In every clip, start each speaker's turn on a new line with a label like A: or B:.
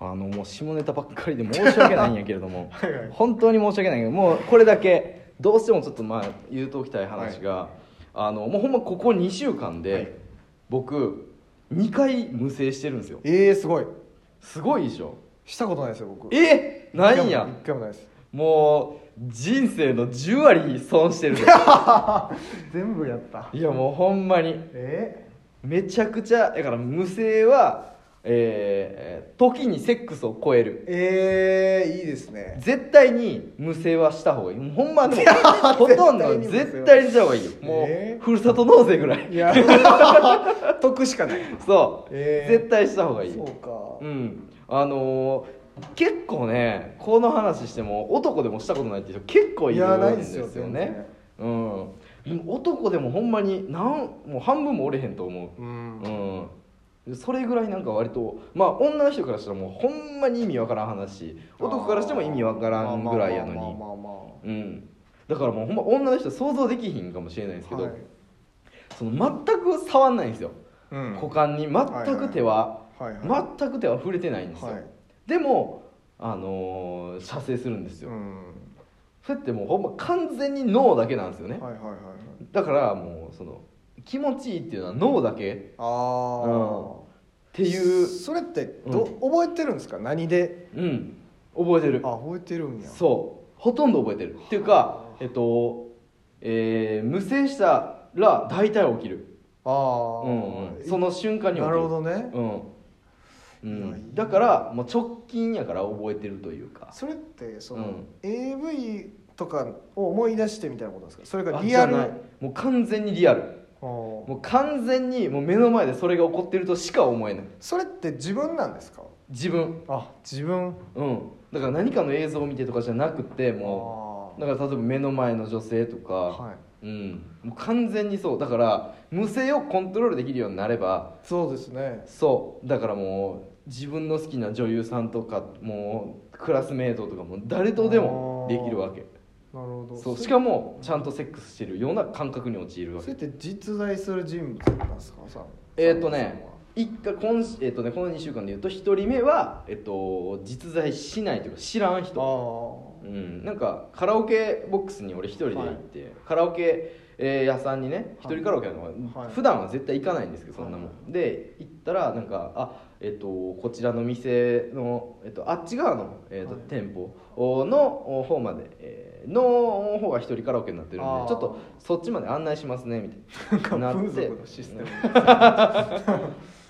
A: あのもう下ネタばっかりで申し訳ないんやけれども
B: はいはい
A: 本当に申し訳ないけどもうこれだけどうしてもちょっとまあ言うときたい話が、あのもうほんまここ2週間で、
B: はい
A: 僕2回無制してるんですよ
B: ええすごい
A: すごいでしょ
B: したことないですよ僕
A: えないん
B: 一回
A: や
B: も一回もないです
A: もう人生の10割損 してるで
B: 全部やった
A: いやもうほんまに
B: え
A: めちゃくちゃだから無性はえー時にセックスを超える
B: ー、えー、いいですね
A: 絶対に無性はした方がいいもうほん までもほとんど絶対にした方がいいよもう、
B: えー
A: ふるさと納税ぐらい
B: いや 得しかない
A: そう、
B: えー
A: 絶対した方がいい
B: そうか
A: うんあのー結構ねこの話しても男でもしたことないっていう人結構い
B: い
A: る
B: やない
A: ん
B: で
A: ですす
B: よ
A: よねうん男でもほんまになんもう半分も折れへんと思
B: う
A: う、
B: ん
A: うん、それぐらいなんか割とまあ女の人からしたらもうほんまに意味わからん話男からしても意味わからんぐらいやの
B: まあまあ
A: に
B: まあまあまあ
A: うんだからもうほんま女の人想像できひんかもしれないんですけど、
B: はい
A: その全く触んないんですよ、
B: うん
A: 股間に全く手は、
B: はいはい
A: 全く手は触れてないんですよ、
B: はい
A: でもあのー射精するんですよ、
B: うん
A: それってもうほんま完全に脳だけなんですよね、
B: はいはいはいはい
A: だからもうその気持ちいいっていうのは脳だけっ
B: ああ、
A: うんていう
B: それってど、覚えてるんですか何で
A: うん覚えてる
B: あ覚えてるんや
A: そうほとんど覚えてるっていうかえっとえー無精したら大体起きる、
B: ああ、
A: うんうん、その瞬間に起きる
B: なるほどね
A: うん、う
B: いやいい
A: ん、だからもう直近やから覚えてるというか
B: それってその、
A: うん
B: AV とかを思い出してみたいなことなんですかそれが
A: あ
B: リアル
A: じゃないもう完全にリアル
B: あー
A: もう完全にもう目の前でそれが起こってるとしか思えない
B: それって自分なんですか
A: 自分
B: あ自分
A: うんだから何かの映像を見てとかじゃなくても
B: あ
A: うだから例えば目の前の女性とか、
B: あはい
A: うんもう完全にそうだから無性をコントロールできるようになれば
B: そうですね
A: そうだからもう自分の好きな女優さんとかもうクラスメートとかも誰とでもできるわけ
B: なるほど
A: そう
B: それ
A: しかもちゃんとセックスしてるような感覚に陥るわ
B: それ
A: け
B: って実在する人物なんですかさ
A: えっ、とね一回今し、えっとねこの2週間で言うと1人目は、えっと、実在しないというか知らん
B: ああ
A: 人、うん、なんかカラオケボックスに俺1人で行って、カラオケ、えー屋さんにね一
B: はい
A: 人カラオケの方が、
B: はい
A: 普段は絶対行かないんですけどそんなもん、
B: は
A: で行ったらなんかあえっとこちらの店の、えっと、あっち側の、えっと
B: はい
A: 店舗の方まで、えーの方が一人カラオケになってるんで
B: あー
A: ちょっとそっちまで案内しますねみたいな
B: なんか
A: なって
B: 風俗のシス テム
A: だか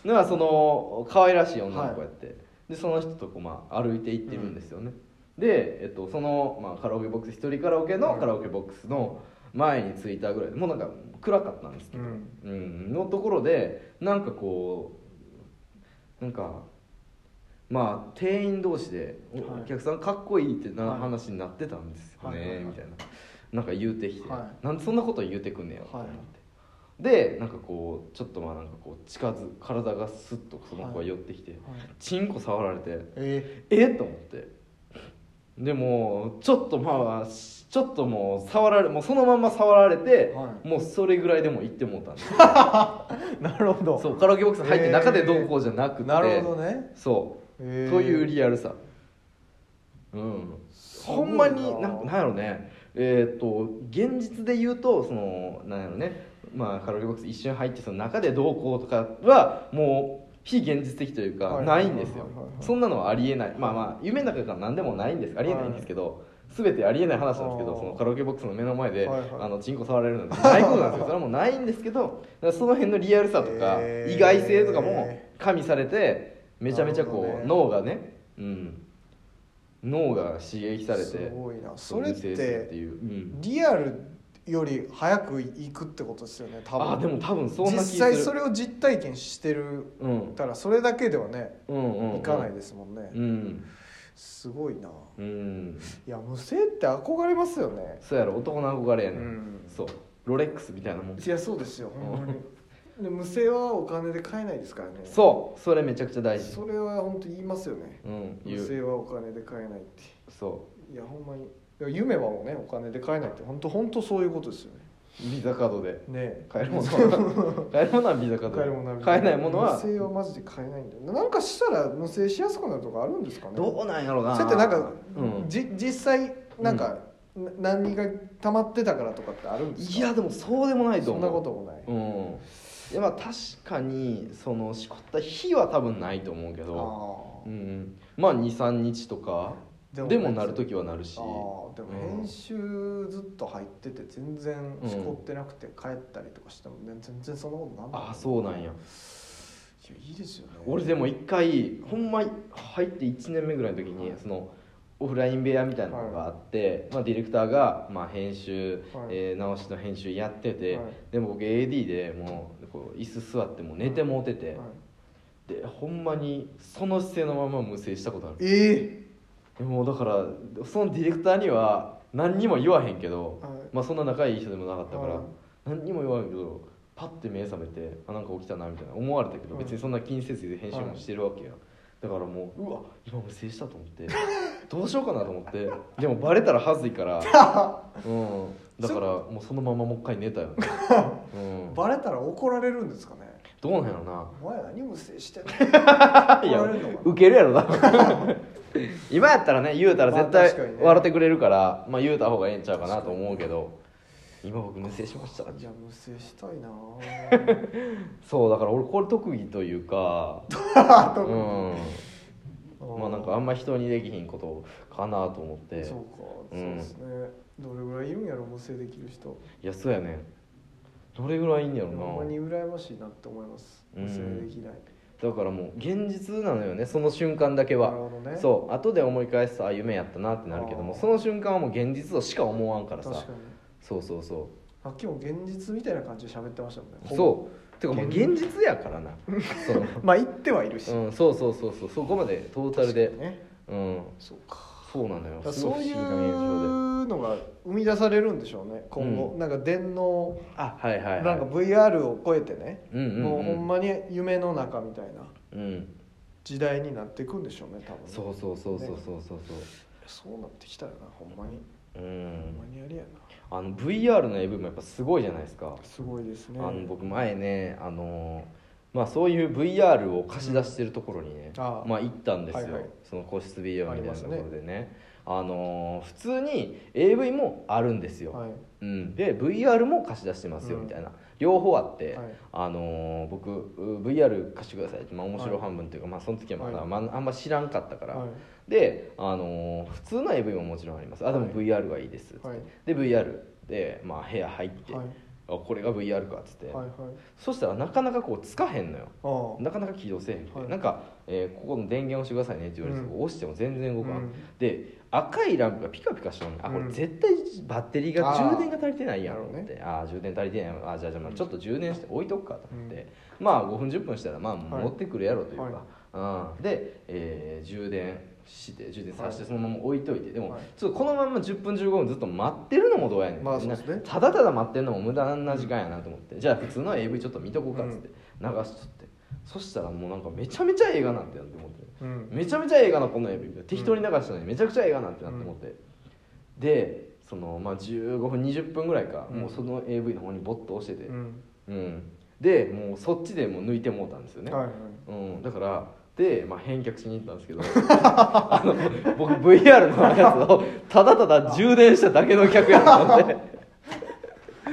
A: らその可愛らしい女の子やって、でその人とこう、まあ、歩いて行ってるんですよね、で、えっと、その、まあ、カラオケボックス一人カラオケのカラオケボックスの前に着いたぐらいでもうなんか暗かったんですけど、
B: うん
A: うんのところでなんかこうなんかまあ店員同士でお,、
B: はい
A: 客さんかっこいいってな、
B: はい
A: 話になってたんですよね、
B: はいはいはい
A: みたいななんか言うてきて、
B: はい
A: なんでそんなこと言うてくんねやと思って、
B: はい
A: でなんかこうちょっとまあなんかこう近づ体がスッとその子が寄ってきて、チンコ触られて
B: え
A: えっと思ってでもうちょっとまあしちょっともう触られもうそのまんま触られて、
B: はい
A: もうそれぐらいでも行ってもうたんです
B: ー、 なるほど
A: そうカラオケボックス入っ
B: へ
A: て
B: ー
A: 中でどうこうじゃなくて、
B: なるほどね
A: そう、
B: へー
A: というリアルさうん
B: ごい
A: ほ
B: なん
A: まになんなんやろねえーっと現実で言うとそのなんやろねまあカラオケボックス一瞬入ってその中でどうこうとかはもう非現実的というか
B: はい
A: ないんですよ
B: はいはいはいはい
A: そんなのはありえないまあまあ夢の中から何でもないんですありえないんですけど、全てありえない話なんですけ
B: あ
A: ど
B: ー
A: そのカラオケボックスの目の前で、
B: はいはい
A: あのチンコ触られるなんてないこと なんですよそれはもうないんですけどだからその辺のリアルさとか
B: へー
A: 意外性とかも加味されてめちゃめちゃ
B: なる
A: こ
B: ほど
A: う
B: ね
A: 脳がね、うん、脳が刺激されて
B: すごいなそれっ
A: そういう性質って
B: て
A: いう、うん、
B: リアルより早く行くってことですよね多分
A: あでも多分そんな気
B: 実
A: する
B: 際それを実体験してる
A: うん
B: たらそれだけではね
A: うんうん
B: 行かないですもんね
A: うん
B: すごいな
A: うん
B: いや無性って憧れますよね
A: そうやろ男の憧れやね、
B: うん
A: そうロレックスみたいなもん
B: いやそうですよほんまにで無性はお金で買えないですからね
A: そうそれめちゃくちゃ大事
B: それは本当言いますよね
A: うん言
B: 無
A: う
B: 性はお金で買えないって
A: そ
B: いやほんまにいや夢はもうねお金で買えないって本当本当そういうことですよね
A: うビザカードで
B: ねえ
A: 買えるものは 買えるものはビザカード
B: 買えるもの
A: で買えないものは
B: 無制はマジで買えないんだよなんかしたら無制しやすくなるとかあるんですかね
A: どうなんやろうな
B: それってなんか、
A: うん、
B: じ実際なんか、な何が溜まってたからとかってあるんですか
A: いやでもそうでもないと
B: そ
A: 思
B: ん
A: う
B: なこともない、
A: うんいやまあ確かにそのしこった日は多分ないと思うけど、
B: あ
A: う
B: ー
A: ん、まあ23日とかで
B: で
A: も
B: も
A: なる時はなるし
B: あーでも
A: うん
B: 編集ずっと入ってて全然しこってなくて帰ったりとかしてもね全然そんなことなんない
A: ああそうなんや
B: いやいいですよね
A: 俺でも一回ほんま入って1年目ぐらいの時にそのオフライン部屋みたいなのがあって、まあ、ディレクターが、まあ、編集、
B: はい
A: えー直しの編集やってて、
B: はい
A: でも僕 AD でもうこう椅子座ってもう寝てもうてて、
B: はい
A: でほんまにその姿勢のまま無制したことある
B: え
A: でもだからそのディレクターには何にも言わへんけど、
B: はい
A: まあ、そんな仲いい人でもなかったから、
B: はい
A: 何にも言わへんけどパッて目覚めてあなんか起きたなみたいな思われたけど、
B: はい
A: 別にそんな気にせず編集もしてるわけや、だからもううわ今無制したと思 ってどうしようかなと思ってでもバレたら恥ずい から、うん、だからもうそのままもう一回寝た よ、うん、
B: バレたら怒られるんですかね
A: どうなんやろな
B: お前何無制してん の
A: いや
B: 怒られるのかな
A: ウケるやろな 今やったらね言うたら絶
B: まあ
A: 対
B: 確かにね
A: 笑ってくれるから、まあ、言うた方がええんちゃうかなと思うけど今僕無制しました
B: いや無制したいなぁ
A: そうだから俺これ特技というか
B: あ
A: う
B: 特に
A: ん まあなんかあんま人にできひんことかなと思って
B: そうか、そうですねどれぐらいいるんやろ無制できる人
A: いやそうやねどれぐらいいんやろ
B: ほんまに
A: な
B: 羨ましいなって思います
A: うん
B: 無制できない
A: だからもう現実なのよねその瞬間だけは
B: なるほどね
A: そう後で思い返すとあ夢やったなってなるけども
B: あー
A: その瞬間はもう現実としか思わんから
B: 確
A: さ
B: かに
A: そうそうそう
B: あ今日現実みたいな感じで喋ってましたもんね
A: そうてかもう現実やから な
B: うまあ言ってはいるし、
A: その、うん、そうそうそうそうそこまでトータルで、
B: ね
A: うん
B: そうか
A: そうなの
B: だ
A: よ
B: から
A: すご
B: そう
A: い
B: い
A: 不思議な現象で
B: うのが生み出されるんでしょうね今後、
A: うん
B: なんか電脳
A: あはいはいはい
B: なんか VR を超えてね、
A: うんうんうん
B: もうほんまに夢の中みたいな
A: うん
B: 時代になっていくんでしょうね多分ね
A: そうそうそうそう
B: ね
A: そうそう
B: そうなってきたよなほんまに、
A: そうう
B: ほん
A: ん
B: まにありや
A: あの VR の AV もやっぱすごいじゃないですか
B: なすごいです
A: あ
B: ね
A: の僕前ねあのまあそういう VR を貸し出してるところにね、
B: うんあー
A: まあ行ったんですよ、
B: はいはい
A: その個室 VR みたいなとこ
B: あり
A: ろ
B: ま
A: でねあの普通に AV もあるんですよ、
B: はい
A: うん、で VR も貸し出してますよ
B: うん
A: みたいな、両方あって、
B: はい
A: あのー僕う VR 貸してくださいって、まあ、面白半分というか、まあ、その時はまだ、
B: はい
A: まあ、あんま知らんかったから、
B: はい
A: で、あのー普通の AV ももちろんありますあでも
B: はい
A: VR がいいですっつって、
B: はい
A: で VR で、まあ、部屋入って、
B: はい
A: あこれが VR かっつって、
B: はいはい
A: そしたらなかなかこうつかへんのよ
B: ああ
A: なかなか起動せえへんくて、
B: はい
A: なんか、えーここの電源押してくださいねって言われて、
B: うん
A: 押しても全然動かん、
B: うん
A: で赤いランプがピカピカしとんねんあこ
B: う
A: れ
B: ん
A: 絶対バッテリーが
B: あー
A: 充電が足りてないやんと思っ
B: なる
A: て、ああ充電足りてないあーじゃあじゃあまあちょっと充電して置いとくかと思って、
B: うん
A: まあ5分10分したらまあ
B: はい
A: 持ってくるやろというか、
B: はい
A: うん、で、えー充電して充電させて
B: はい
A: そのまま置いといてでも、
B: はい
A: ちょっとこのまま10分15分ずっと待ってるのもどうやねん、
B: まあそうですね
A: みんなただただ待ってるのも無駄な時間やなと思って、じゃあ普通の AV ちょっと見とこうかっつって流しとって、そしたらもうなんかめちゃめちゃ映画なんてなって思って、
B: うん
A: めちゃめちゃ映画なこの AV みたいな適当に流したのにめちゃくちゃ映画なんてなって思って、でそのまあ15分20分ぐらいか、
B: うん
A: もうその AV の方にボッと押してて、
B: う
A: うん
B: ん
A: でもうそっちでもう抜いてもうたんですよね、
B: はいはい
A: うん、だからで、まあ、返却しに行ったんですけど あの僕 VR のやつをただただ充電しただけの客やったので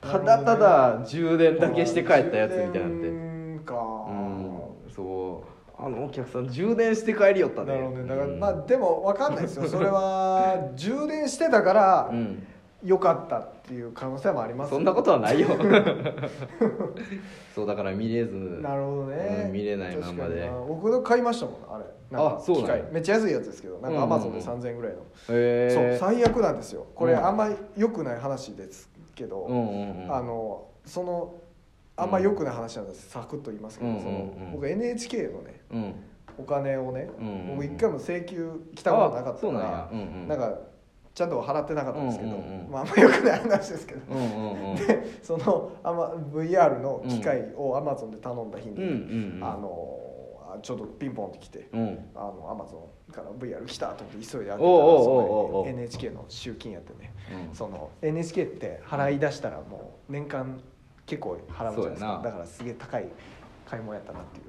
A: ただただ充電だけして帰ったやつみたいになって
B: うんか
A: うんそうあのお客さん充電して帰りよったね
B: なるほどねだから、
A: うん
B: まあでもわかんないですよそれ は充電してたから
A: うん
B: 良かったっていう可能性もあります
A: そんなことはないよ そうだから見れず
B: なるほどね、
A: うん見れないまんまで
B: 確かにな僕の買いましたもんあれなん
A: あ
B: か
A: そうなんや
B: 機械めっちゃ安いやつですけどなんかア
A: うんうんうん
B: マゾンで3000円ぐらいの、
A: へ
B: そう
A: え
B: 最悪なんですよこれ
A: うん
B: あんま良くない話ですけど、
A: うんうんうん
B: あのそのあんま良くない話なんですサクッと言いますけど、
A: うんうんうん
B: その僕 NHK のね
A: うん
B: お金をね、
A: うんうんうん
B: 僕一回も請求来たことなかった
A: あそう
B: か
A: なん
B: ら
A: やうんうん
B: なんかちゃんと払ってなかったんですけど、
A: うんうんうん
B: まああんま良くない話ですけど、
A: うんうんうん
B: でそのあ、ま、VR の機械を Amazon で頼んだ日に、
A: うんうんうん
B: あのああちょうどピンポンって来て
A: うん
B: あのアマゾンから VR 来たと思って急いで開け
A: おう
B: たらそ
A: おうおうおう
B: こに NHK の集金やってねその NHK って払い出したらもう年間結構払うじゃないです
A: そうや
B: か
A: な
B: だからすげえ高い買い物やったな っていう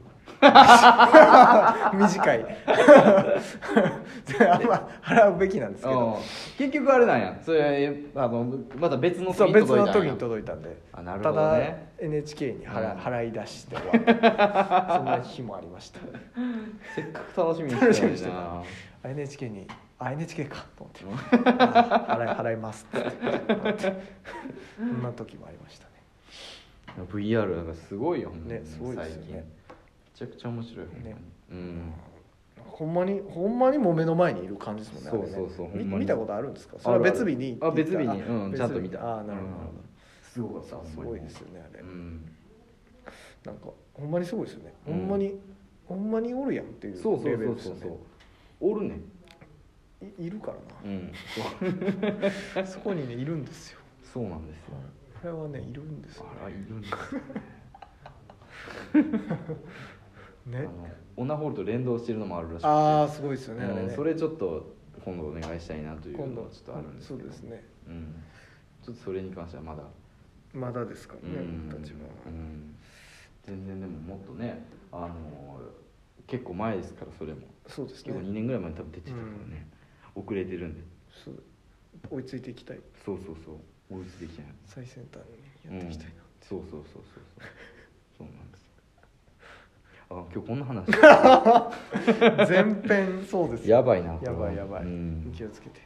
B: 短い それあんま払うべきなんですけ
A: うん
B: ど
A: 結局あれなんやそれあのまた別の時
B: そう
A: に
B: 別
A: 届いたんや
B: の時に届いたんで
A: あなる
B: た
A: ほど
B: だ
A: ね
B: NHK に払,、
A: うん
B: 払い出して終 わったそんな日もありました
A: せっかく楽しみに
B: 楽
A: し
B: してみ
A: る
B: にしてた
A: な
B: あ NHK にあ NHK かと思ってあ払い払いますってそんな時もありましたね
A: VR なんかすごいよ
B: ねすごいですよ
A: 最
B: ね
A: 近めちゃくちゃ面白いよ
B: ね
A: うん
B: ほんまにほんまにもう目の前にいる感じですもんねあれね
A: そうそうそうほんま
B: み
A: に
B: 見たことあるんですかそれは別日に
A: あ別日に
B: あ
A: うん
B: 別
A: ちゃんと見た
B: あなるほどなるほど
A: うんすごかったほんまに
B: すごいですよねあれ
A: うん
B: なんかほんまにすごいですよね
A: う
B: ほ
A: ん
B: んまにほんまにおるやんっていう
A: そうそう
B: レ
A: そ
B: ベ
A: う
B: ルです
A: そ
B: よ
A: う
B: ね
A: そうおるねん
B: いいるから
A: うん
B: なそこにねいるんですよ
A: そうなんですよ
B: これはねいるんですよ
A: あらいるん ですあ
B: ね
A: のオナホールと連動してるのもあるらしくて
B: ああすごいですよねあれ
A: うん
B: ね
A: それちょっと今度お願いしたいなという
B: 今
A: の
B: 度
A: はちょっとあるんですけ
B: そ
A: ど
B: うですね
A: うんちょっとそれに関してはまだ
B: まだですから
A: う
B: ね
A: ん
B: 僕たちは
A: うん全然でももっとねあの結構前ですからそれも
B: そうです
A: 結構2
B: ね
A: 年ぐらい前に多分出てたからね、遅れてるんで
B: そう追いついていきたい
A: そうそうそう追いついてきてない
B: 最先端にやっていきたいな
A: うんそうそうそうそうそうそうなんですよあ今日こんな話
B: 前編そうですよ
A: やばいな
B: やばいやばい、
A: うん
B: 気をつけて